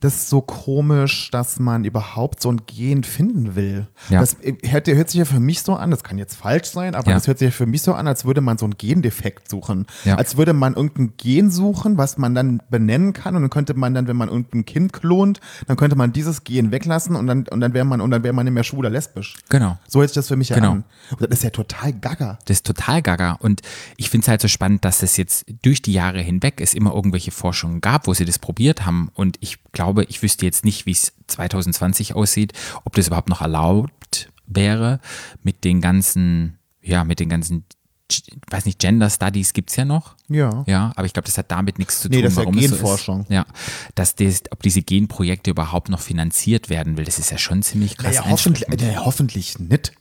S1: das ist so komisch, dass man überhaupt so ein Gen finden will.
S2: Ja.
S1: Das hätte, hört sich ja für mich so an, das kann jetzt falsch sein, aber
S2: Ja.
S1: das hört sich ja für mich so an, als würde man so einen Gendefekt suchen.
S2: Ja.
S1: Als würde man irgendein Gen suchen, was man dann benennen kann und dann könnte man dann, wenn man irgendein Kind klont, dann könnte man dieses Gen weglassen und dann, und dann wäre man, und dann wäre man nicht mehr schwul oder lesbisch.
S2: Genau.
S1: So hört sich das für mich ja
S2: Genau.
S1: an. Und Das ist ja total gaga.
S2: Das ist total gaga. Und ich finde es halt so spannend, dass es jetzt durch die Jahre hinweg es immer irgendwelche Forschungen gab, wo sie das probiert haben. Und ich glaube, ich wüsste jetzt nicht, wie es 2020 aussieht, ob das überhaupt noch erlaubt wäre mit den ganzen, ja, mit den ganzen, G- weiß nicht, Gender Studies gibt es ja noch.
S1: Ja.
S2: Ja, aber ich glaube, das hat damit nichts zu tun,
S1: Nee, das ist ja
S2: warum es so
S1: Genforschung.
S2: ist. Ja, dass das, ob diese Genprojekte überhaupt noch finanziert werden will, das ist ja schon ziemlich krass.
S1: Naja, hoffentlich,
S2: einschränkend.
S1: naja, hoffentlich nicht.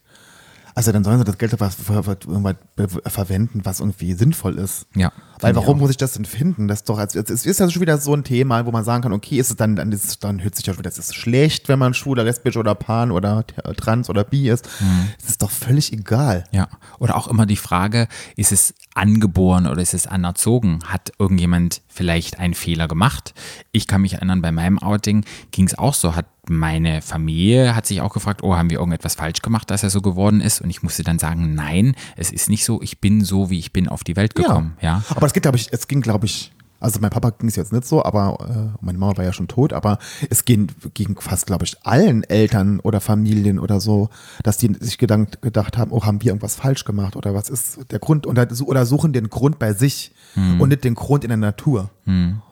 S1: Also dann sollen sie das Geld doch was, für- für- irgendwas be- verwenden, was irgendwie sinnvoll ist.
S2: Ja,
S1: Weil
S2: finde ich
S1: warum
S2: auch.
S1: muss ich das denn finden? Das ist doch, als- es es ist ja schon wieder so ein Thema, wo man sagen kann, okay, ist es dann, dann, ist, es- dann hört sich ja schon wieder, es ist schlecht, wenn man schwul oder lesbisch oder pan oder t- äh, trans oder bi ist.
S2: Mhm.
S1: Es ist doch völlig egal.
S2: Ja, oder auch immer die Frage, ist es angeboren oder ist es anerzogen? Hat irgendjemand vielleicht einen Fehler gemacht? Ich kann mich erinnern, bei meinem Outing ging es auch so, hat meine Familie hat sich auch gefragt, oh, haben wir irgendetwas falsch gemacht, dass er so geworden ist? Und ich musste dann sagen, nein, es ist nicht so, ich bin so, wie ich bin auf die Welt gekommen, ja.
S1: Aber es geht, glaube ich, es ging, glaube ich, also mein Papa ging es jetzt nicht so, aber äh, meine Mama war ja schon tot, aber es ging, ging fast, glaube ich, allen Eltern oder Familien oder so, dass die sich gedankt, gedacht haben, oh, haben wir irgendwas falsch gemacht oder was ist der Grund oder, oder suchen den Grund bei sich
S2: Hm.
S1: und nicht den Grund in der Natur.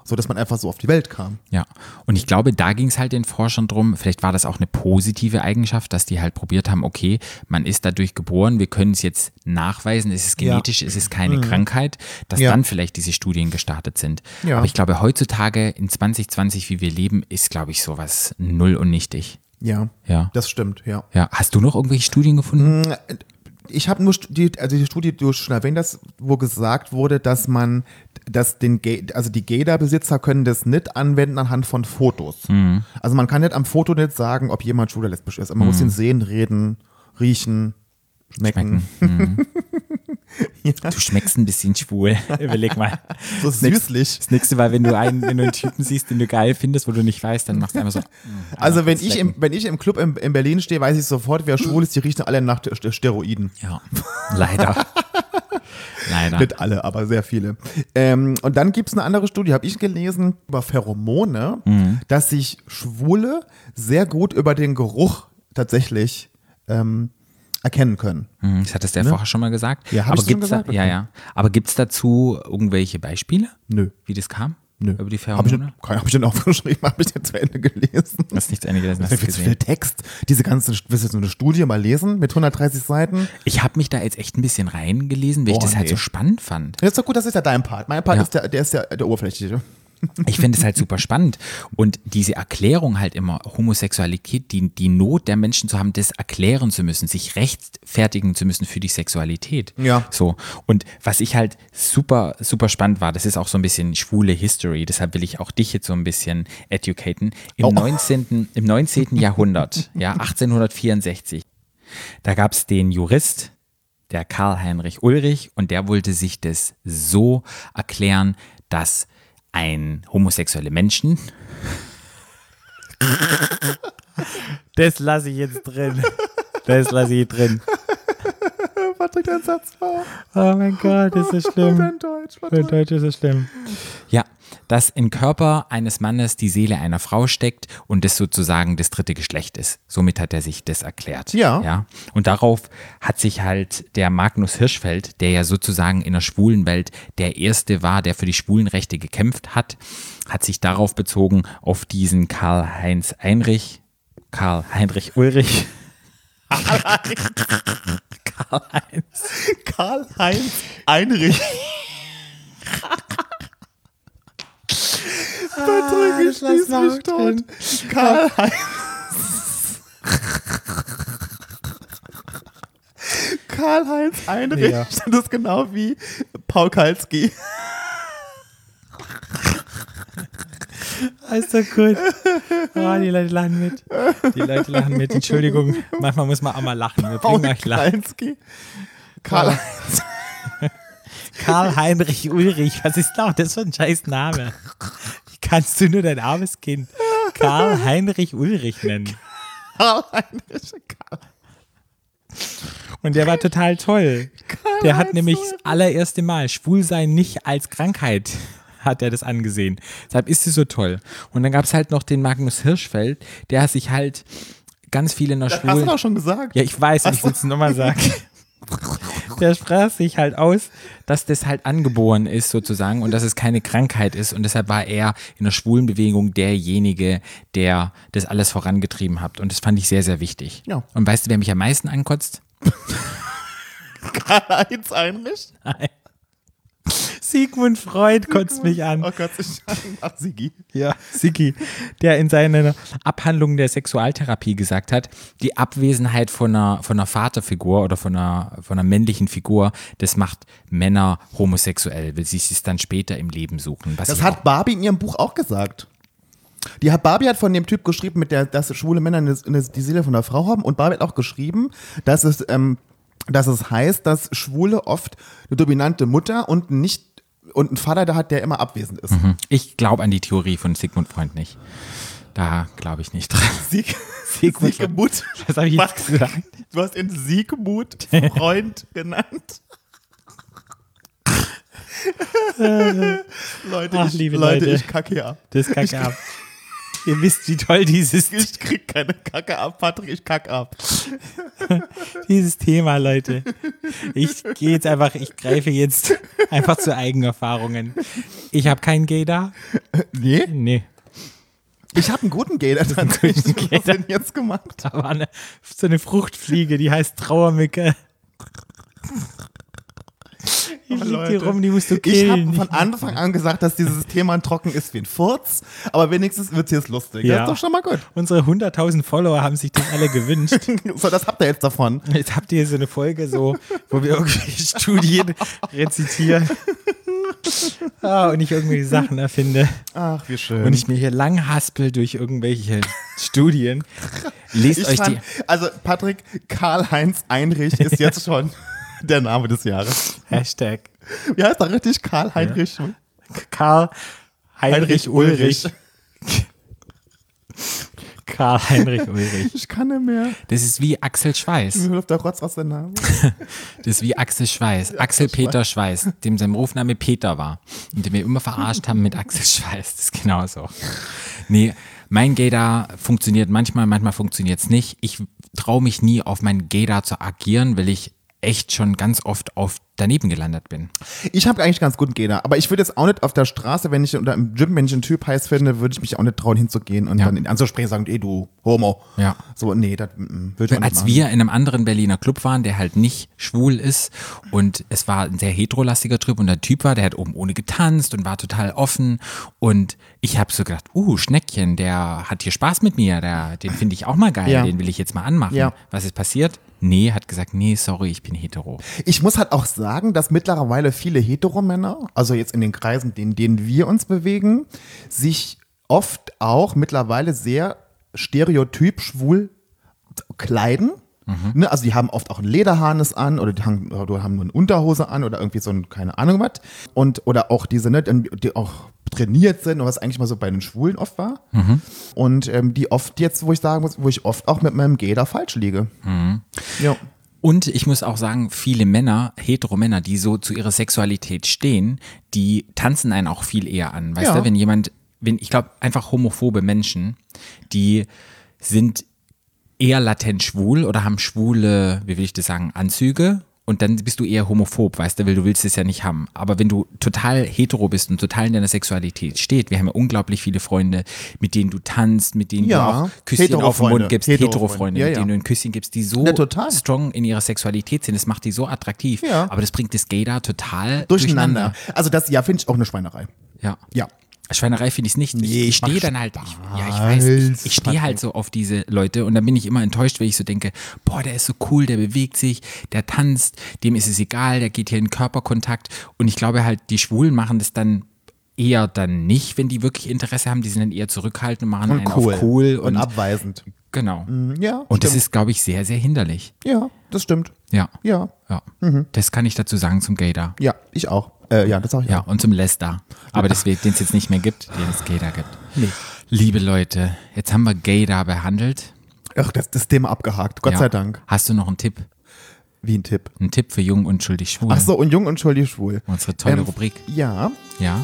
S1: So dass man einfach so auf die Welt kam.
S2: Ja, und ich glaube, da ging es halt den Forschern drum, vielleicht war das auch eine positive Eigenschaft, dass die halt probiert haben, okay, man ist dadurch geboren, wir können es jetzt nachweisen, es ist
S1: Ja. Mhm.
S2: genetisch, es ist keine Krankheit, dass
S1: Ja.
S2: dann vielleicht diese Studien gestartet sind.
S1: Ja.
S2: Aber ich glaube, heutzutage in 2020, wie wir leben, ist, glaube ich, sowas null und nichtig.
S1: Ja.
S2: Ja.
S1: Das stimmt, ja.
S2: Ja, hast du noch irgendwelche Studien gefunden?
S1: Mhm. Ich habe nur die, also die Studie, die du schon erwähnt hast, wo gesagt wurde, dass man, dass den Ga- also die Gader-Besitzer können das nicht anwenden anhand von Fotos. Also man kann nicht am Foto nicht sagen, ob jemand schwul oder lesbisch ist. Man muss ihn sehen, reden, riechen, schmecken.
S2: Du schmeckst ein bisschen schwul. Überleg mal.
S1: So süßlich.
S2: Das nächste Mal, wenn du einen, wenn du einen Typen siehst, den du geil findest, wo du nicht weißt, dann machst du einfach so. mm,
S1: Also wenn
S2: kurz
S1: ich,
S2: lecken.
S1: im, wenn ich im Club in, in Berlin stehe, weiß ich sofort, wer schwul ist. Die riechen alle nach Ste- Steroiden.
S2: Ja, leider. leider.
S1: Nicht alle, aber sehr viele. Ähm, und dann gibt's eine andere Studie, habe ich gelesen, über Pheromone,
S2: Mhm.
S1: dass sich Schwule sehr gut über den Geruch tatsächlich ähm, erkennen können.
S2: Mhm, Das hattest du ja vorher schon mal gesagt.
S1: Ja, hab
S2: aber
S1: ich das schon
S2: gibt's da,
S1: gesagt?
S2: ja,
S1: Okay.
S2: ja. Aber gibt es dazu irgendwelche Beispiele?
S1: Nö.
S2: Wie das kam?
S1: Nö.
S2: Über die
S1: Habe ich,
S2: Pheromone?
S1: nicht- keine- hab ich denn aufgeschrieben, habe ich nicht zu Ende gelesen.
S2: Das ist nicht zu Ende gelesen,
S1: Das
S2: hast
S1: ist
S2: du
S1: viel zu viel
S2: gesehen.
S1: Text. Diese ganzen, willst du so eine Studie mal lesen mit 130 Seiten?
S2: Ich habe mich da jetzt echt ein bisschen reingelesen, weil ich
S1: Boah,
S2: das halt
S1: nee.
S2: so spannend fand.
S1: Das ist doch gut, das ist ja dein Part. Mein Part
S2: Ja.
S1: ist der, der ist der, der oberflächliche.
S2: Ich finde es halt super spannend. Und diese Erklärung halt immer, Homosexualität, die, die Not der Menschen zu haben, das erklären zu müssen, sich rechtfertigen zu müssen für die Sexualität.
S1: Ja.
S2: So. Und was ich halt super, super spannend war, das ist auch so ein bisschen schwule History, deshalb will ich auch dich jetzt so ein bisschen educaten. Im,
S1: Oh.
S2: 19., im 19. Jahrhundert, ja, 1864, da gab es den Jurist, der Karl Heinrich Ulrich, und der wollte sich das so erklären, dass ein homosexuelle Menschen. Das lasse ich jetzt drin. Das lasse ich drin.
S1: Patrick, dein Satz war
S2: Oh mein Gott, das ist
S1: dein Deutsch. Patrick.
S2: Deutsch ist es schlimm. Ja, dass im Körper eines Mannes die Seele einer Frau steckt und das sozusagen das dritte Geschlecht ist. Somit hat er sich das erklärt.
S1: Ja.
S2: ja. Und darauf hat sich halt der Magnus Hirschfeld, der ja sozusagen in der schwulen Welt der Erste war, der für die Schwulenrechte gekämpft hat, hat sich darauf bezogen, auf diesen Karl-Heinz Heinrich, Karl-Heinrich Ulrich. Karl-Heinz.
S1: Karl-Heinz Einrich.
S2: Ah,
S1: Patrick, ich schließ mich tot. Karl-Heinz. Karl-Heinz Einrich.
S2: Ja.
S1: Das ist genau wie Paul Kalski.
S2: Ist doch gut. Ah, die Leute lachen mit. Die Leute lachen mit. Entschuldigung, manchmal muss man auch mal lachen. Wir
S1: Paul
S2: bringen euch Lachen.
S1: Kalski. Karl-Heinz.
S2: Karl-Heinrich Ulrich, was ist doch das für ein scheiß Name? Wie kannst du nur dein armes Kind Karl-Heinrich Ulrich nennen?
S1: Karl-Heinrich.
S2: Und der war total toll. Der hat nämlich das allererste Mal Schwulsein nicht als Krankheit hat er das angesehen. Deshalb ist sie so toll. Und dann gab es halt noch den Magnus Hirschfeld, der sich halt ganz viele in der
S1: Das hast du
S2: Schwulen...
S1: doch schon gesagt.
S2: Ja, ich weiß, ich will es nochmal sagen. Der sprach sich halt aus, dass das halt angeboren ist sozusagen und dass es keine Krankheit ist und deshalb war er in der schwulen Bewegung derjenige, der das alles vorangetrieben hat und das fand ich sehr, sehr wichtig.
S1: Ja.
S2: Und weißt du, wer mich am meisten ankotzt?
S1: Karl-Heinz Einrich.
S2: Sigmund Freud kotzt mich an.
S1: Oh Gott, ich Ach, Sigi.
S2: Ja, Siki, der in seiner Abhandlung der Sexualtherapie gesagt hat, die Abwesenheit von einer, von einer Vaterfigur oder von einer, von einer männlichen Figur, das macht Männer homosexuell, weil sie es dann später im Leben suchen. Was
S1: Das
S2: ich
S1: hat Barbie in ihrem Buch auch gesagt. Die hat, Barbie hat von dem Typ geschrieben, mit der, dass schwule Männer eine, eine, die Seele von der Frau haben. Und Barbie hat auch geschrieben, dass es, ähm, dass es heißt, dass Schwule oft eine dominante Mutter und nicht und einen Vater da hat, der immer abwesend ist.
S2: auch, ich glaube an die Theorie von Sigmund Freund nicht. Da glaube ich nicht dran.
S1: Sieg,
S2: Siegmund.
S1: Siegemut.
S2: Was habe ich jetzt gesagt?
S1: Du hast ihn Siegmut Freund genannt. Leute,
S4: Ach,
S1: ich,
S4: liebe
S1: Leute,
S4: Leute.
S1: ich kacke hier ab.
S4: Das ist kacke ab. Ihr wisst, wie toll dieses,
S1: Ich krieg keine Kacke ab, Patrick, ich kack ab.
S4: dieses Thema, Leute. Ich gehe jetzt einfach, ich greife jetzt einfach zu Eigenerfahrungen. Ich habe keinen Gay da.
S1: Nee?
S4: Nee.
S1: Ich habe einen guten Gator tatsächlich. Was hast du denn jetzt gemacht?
S4: Da war eine, so eine Fruchtfliege, die heißt Trauermücke. Die
S1: Oh,
S4: liegt hier
S1: Leute.
S4: rum, die musst du
S1: Ich
S4: killen.
S1: habe von Anfang an gesagt, dass dieses Thema trocken ist wie ein Furz, aber wenigstens wird's jetzt lustig.
S4: Ja.
S1: Das ist doch schon mal gut.
S4: Unsere 100.000 Follower haben sich das alle gewünscht.
S1: So, das habt ihr jetzt davon.
S4: Jetzt habt ihr so eine Folge so, wo wir irgendwie Studien rezitieren. Ah, und ich irgendwie Sachen erfinde.
S1: Ach, wie schön.
S4: Und ich mir hier lang haspel durch irgendwelche Studien.
S2: Lest
S1: Ich
S2: euch die.
S1: fand, also Patrick Karl-Heinz Einrich ist jetzt schon der Name des Jahres.
S4: Hashtag
S1: Wie heißt er richtig? Karl-Heinrich
S4: Karl Heinrich Ulrich. Karl Heinrich Ulrich.
S1: Ich kann nicht mehr.
S2: Das ist wie Axel Schweiß.
S1: Mir läuft der Rotz aus der Nase.
S2: Das ist wie Axel Schweiß. Axel Peter Schweiß, dem sein Rufname Peter war. Und den wir immer verarscht haben mit Axel Schweiß. Das ist genauso. Nee, mein Gator funktioniert manchmal, manchmal funktioniert es nicht. Ich traue mich nie auf meinen Gator zu agieren, weil ich echt schon ganz oft auf daneben gelandet bin.
S1: Ich habe eigentlich ganz guten Gena, aber ich würde jetzt auch nicht auf der Straße, wenn ich oder im Gym, wenn ich einen Typ heiß finde, würde ich mich auch nicht trauen hinzugehen und
S2: Ja.
S1: dann ihn anzusprechen und sagen, ey du Homo.
S2: Ja.
S1: So, nee, das mm, würde ich auch nicht
S2: Als
S1: machen.
S2: wir in einem anderen Berliner Club waren, der halt nicht schwul ist und es war ein sehr heterolastiger Trip und der Typ war, der hat oben ohne getanzt und war total offen und ich habe so gedacht, uh, Schneckchen, der hat hier Spaß mit mir, der, den finde ich auch mal geil,
S1: Ja.
S2: den will ich jetzt mal anmachen.
S1: Ja.
S2: Was ist passiert? Nee, hat gesagt, nee, sorry, ich bin hetero.
S1: Ich muss halt auch sagen, dass mittlerweile viele Heteromänner, also jetzt in den Kreisen, in denen wir uns bewegen, sich oft auch mittlerweile sehr stereotyp schwul kleiden. Ne, also die haben oft auch einen Lederharnis an oder die haben, oder haben nur eine Unterhose an oder irgendwie so ein, keine Ahnung was. Und, oder auch diese, ne, die auch trainiert sind, was eigentlich mal so bei den Schwulen oft war. Und ähm, die oft jetzt, wo ich sagen muss, wo ich oft auch mit meinem Gay da falsch liege. Ja.
S2: Und ich muss auch sagen, viele Männer, hetero Männer, die so zu ihrer Sexualität stehen, die tanzen einen auch viel eher an. Weißt
S1: Ja.
S2: du, wenn jemand, wenn, ich glaube, einfach homophobe Menschen, die sind eher latent schwul oder haben schwule, wie will ich das sagen, Anzüge. Und dann bist du eher homophob, weißt du, weil du willst es ja nicht haben. Aber wenn du total hetero bist und total in deiner Sexualität steht, wir haben ja unglaublich viele Freunde, mit denen du tanzt, mit denen
S1: Ja,
S2: du auch Küsschen auf den
S1: Hetero-Freunde.
S2: Mund gibst,
S1: Hetero-Freunde.
S2: Hetero-Freunde,
S1: Ja,
S2: mit
S1: ja.
S2: denen du ein Küsschen gibst, die so
S1: Ja, total.
S2: strong in ihrer Sexualität sind. Das macht die so attraktiv.
S1: Ja.
S2: Aber das bringt das Gay da total
S1: Durcheinander. Also das, ja, finde ich auch eine Schweinerei.
S2: Ja.
S1: Ja.
S2: Schweinerei finde ich nicht. Ich,
S1: Nee,
S2: ich
S1: ich mach
S2: stehe dann halt, ich, ja, ich weiß, ich, ich stehe halt so auf diese Leute und dann bin ich immer enttäuscht, weil ich so denke, boah, der ist so cool, der bewegt sich, der tanzt, dem ist es egal, der geht hier in Körperkontakt und ich glaube halt, die Schwulen machen das dann eher dann nicht, wenn die wirklich Interesse haben, die sind dann eher zurückhaltend und machen einen auf cool
S1: und, abweisend.
S2: genau.
S1: Ja,
S2: und das
S1: stimmt.
S2: ist, glaube ich, sehr, sehr hinderlich.
S1: ja, das stimmt.
S2: Ja.
S1: Ja, Mhm.
S2: Ja. Das kann ich dazu sagen zum Gator.
S1: ja, ich auch. Äh, ja, das sag ich
S2: Ja,
S1: auch.
S2: und zum Lester. Aber deswegen, den es jetzt nicht mehr gibt, den es Gator gibt. Liebe Leute, jetzt haben wir Gator behandelt.
S1: Ach, das, das Thema abgehakt. Gott
S2: Ja.
S1: sei Dank.
S2: Hast du noch einen Tipp?
S1: Wie ein Tipp.
S2: Einen Tipp für jung, unschuldig, schwul?
S1: Ach so, Ähm. und jung und schuldig schwul.
S2: Unsere tolle Rubrik.
S1: Ja.
S2: Ja.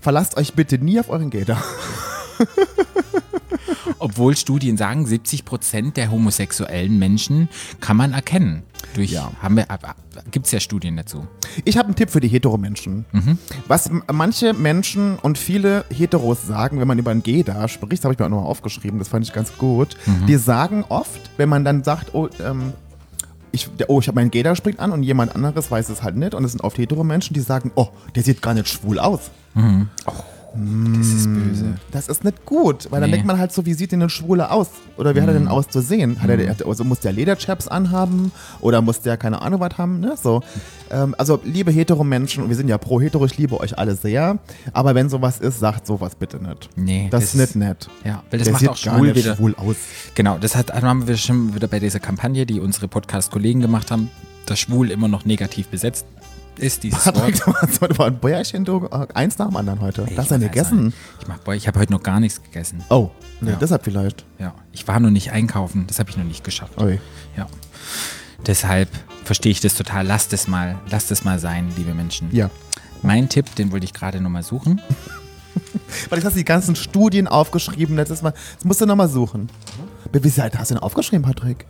S1: Verlasst euch bitte nie auf euren Gator.
S2: Obwohl Studien sagen, 70 Prozent der homosexuellen Menschen kann man erkennen. Durch,
S1: Ja.
S2: haben wir, ab- ab- gibt's ja Studien dazu.
S1: Ich habe einen Tipp für die Hetero-Menschen. Was m- manche Menschen und viele Heteros sagen, wenn man über einen Geda spricht, das habe ich mir auch nochmal aufgeschrieben, das fand ich ganz gut. Die sagen oft, wenn man dann sagt, oh, ähm, ich, der, oh, ich habe meinen Geda springt an und jemand anderes weiß es halt nicht. Und es sind oft Hetero-Menschen, die sagen, oh, der sieht gar nicht schwul aus.
S2: Das ist
S1: Mm.
S2: böse.
S1: Das ist nicht gut, weil dann
S2: Nee. Mhm.
S1: denkt man halt so, wie sieht denn ein Schwuler aus? Oder wie hat er denn auszusehen? Hat er, hat- also muss der Lederchaps anhaben? Oder muss der keine Ahnung was haben? Ne? So. Ähm, also, liebe Hetero-Menschen, und wir sind ja pro Hetero, ich liebe euch alle sehr. Aber wenn sowas ist, sagt sowas bitte nicht.
S2: Nee,
S1: Das, ist
S2: das
S1: nicht nett.
S2: Ja, weil das
S1: der
S2: macht
S1: sieht
S2: auch
S1: gar
S2: schwul
S1: nicht
S2: wieder.
S1: schwul aus.
S2: Genau, das hat, haben wir schon wieder bei dieser Kampagne, die unsere Podcast-Kollegen gemacht haben, dass schwul immer noch negativ besetzt ist, dieses Wort.
S1: Patrick, du hast heute mal ein Bäuerchen, du, äh, eins nach dem anderen heute.
S2: Ich
S1: das hast du
S2: mach
S1: nicht gegessen.
S2: Ich, mach, boah, ich habe heute noch gar nichts gegessen.
S1: Oh, nee,
S2: Ja.
S1: deshalb vielleicht.
S2: Ja, ich war noch nicht einkaufen, das habe ich noch nicht geschafft.
S1: Ui.
S2: Ja. Deshalb verstehe ich das total. Lasst es mal, lasst es mal sein, liebe Menschen.
S1: Ja.
S2: Mein Tipp, den wollte ich gerade nochmal suchen.
S1: Weil ich hast die ganzen Studien aufgeschrieben letztes Mal. Das musst du nochmal suchen. Wie viel Seite hast du denn aufgeschrieben, Patrick?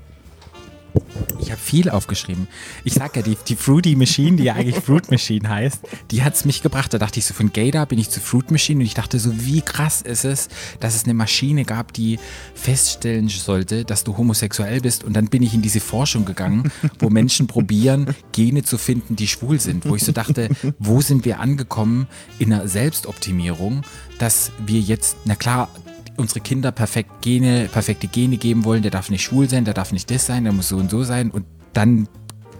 S2: Ich habe viel aufgeschrieben. Ich sag ja, die, die Fruity Machine, die ja eigentlich Fruit Machine heißt, die hat's mich gebracht. Da dachte ich so, von Gator bin ich zu Fruit Machine und ich dachte so, wie krass ist es, dass es eine Maschine gab, die feststellen sollte, dass du homosexuell bist. Und dann bin ich in diese Forschung gegangen, wo Menschen probieren, Gene zu finden, die schwul sind. Wo ich so dachte, wo sind wir angekommen in einer Selbstoptimierung, dass wir jetzt, na klar, unsere Kinder perfekt Gene, perfekte Gene geben wollen, der darf nicht schwul sein, der darf nicht das sein, der muss so und so sein und dann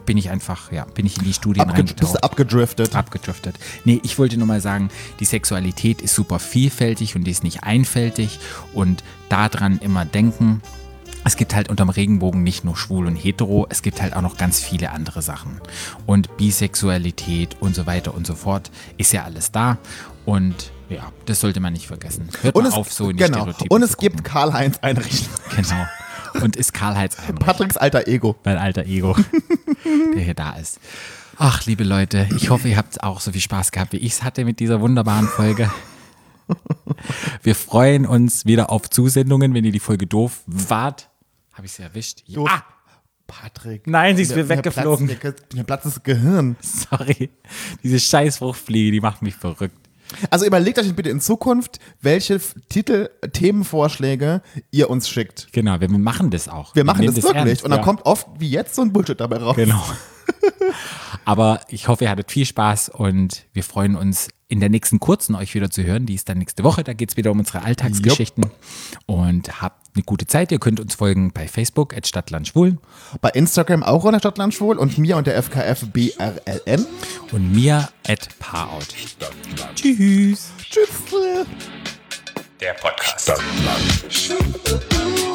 S2: bin ich einfach, ja, bin ich in die Studien
S1: Abge- bist du
S2: reingetaucht.
S1: abgedriftet?
S2: Abgedriftet. Nee, ich wollte nur mal sagen, die Sexualität ist super vielfältig und die ist nicht einfältig und daran immer denken. Es gibt halt unterm Regenbogen nicht nur schwul und hetero, es gibt halt auch noch ganz viele andere Sachen. Und Bisexualität und so weiter und so fort ist ja alles da und ja, das sollte man nicht vergessen. Hört
S1: Und
S2: mal
S1: es,
S2: auf, so in die
S1: genau.
S2: Stereotype
S1: Und
S2: zu
S1: es gibt
S2: gucken.
S1: Karl-Heinz Einrich,
S2: Genau. Und ist Karl-Heinz Heinrich,
S1: Patricks alter Ego.
S2: mein alter Ego, der hier da ist. Ach, liebe Leute, ich hoffe, ihr habt auch so viel Spaß gehabt, wie ich es hatte mit dieser wunderbaren Folge. Wir freuen uns wieder auf Zusendungen. Wenn ihr die Folge doof wart, habe ich sie erwischt. Ja.
S1: Doof. Patrick.
S4: Nein, sie ist mir
S1: platzt
S4: weggeflogen.
S1: Mir platzt- mir platzt das Gehirn.
S2: Sorry, diese scheiß Fruchtfliege, die macht mich verrückt.
S1: Also überlegt euch bitte in Zukunft, welche F- Titel, Themenvorschläge ihr uns schickt.
S2: Genau, wir machen das auch.
S1: Wir machen
S2: nehmen
S1: das wirklich
S2: ernst,
S1: und dann
S2: ja.
S1: kommt oft wie jetzt so ein Bullshit dabei raus.
S2: Genau. Aber ich hoffe, ihr hattet viel Spaß und wir freuen uns, in der nächsten kurzen euch wieder zu hören. Die ist dann nächste Woche. Da geht es wieder um unsere Alltagsgeschichten. Und habt eine gute Zeit. Ihr könnt uns folgen bei Facebook, at Stadtland Schwul.
S1: Bei Instagram auch unter Stadtland Schwul und mir unter FKF BRLM.
S2: und mir at Paarout.
S3: Stadtland.
S2: Tschüss.
S1: Tschüss.
S3: Der Podcast. Stadtland.
S5: Ooh, ooh, ooh.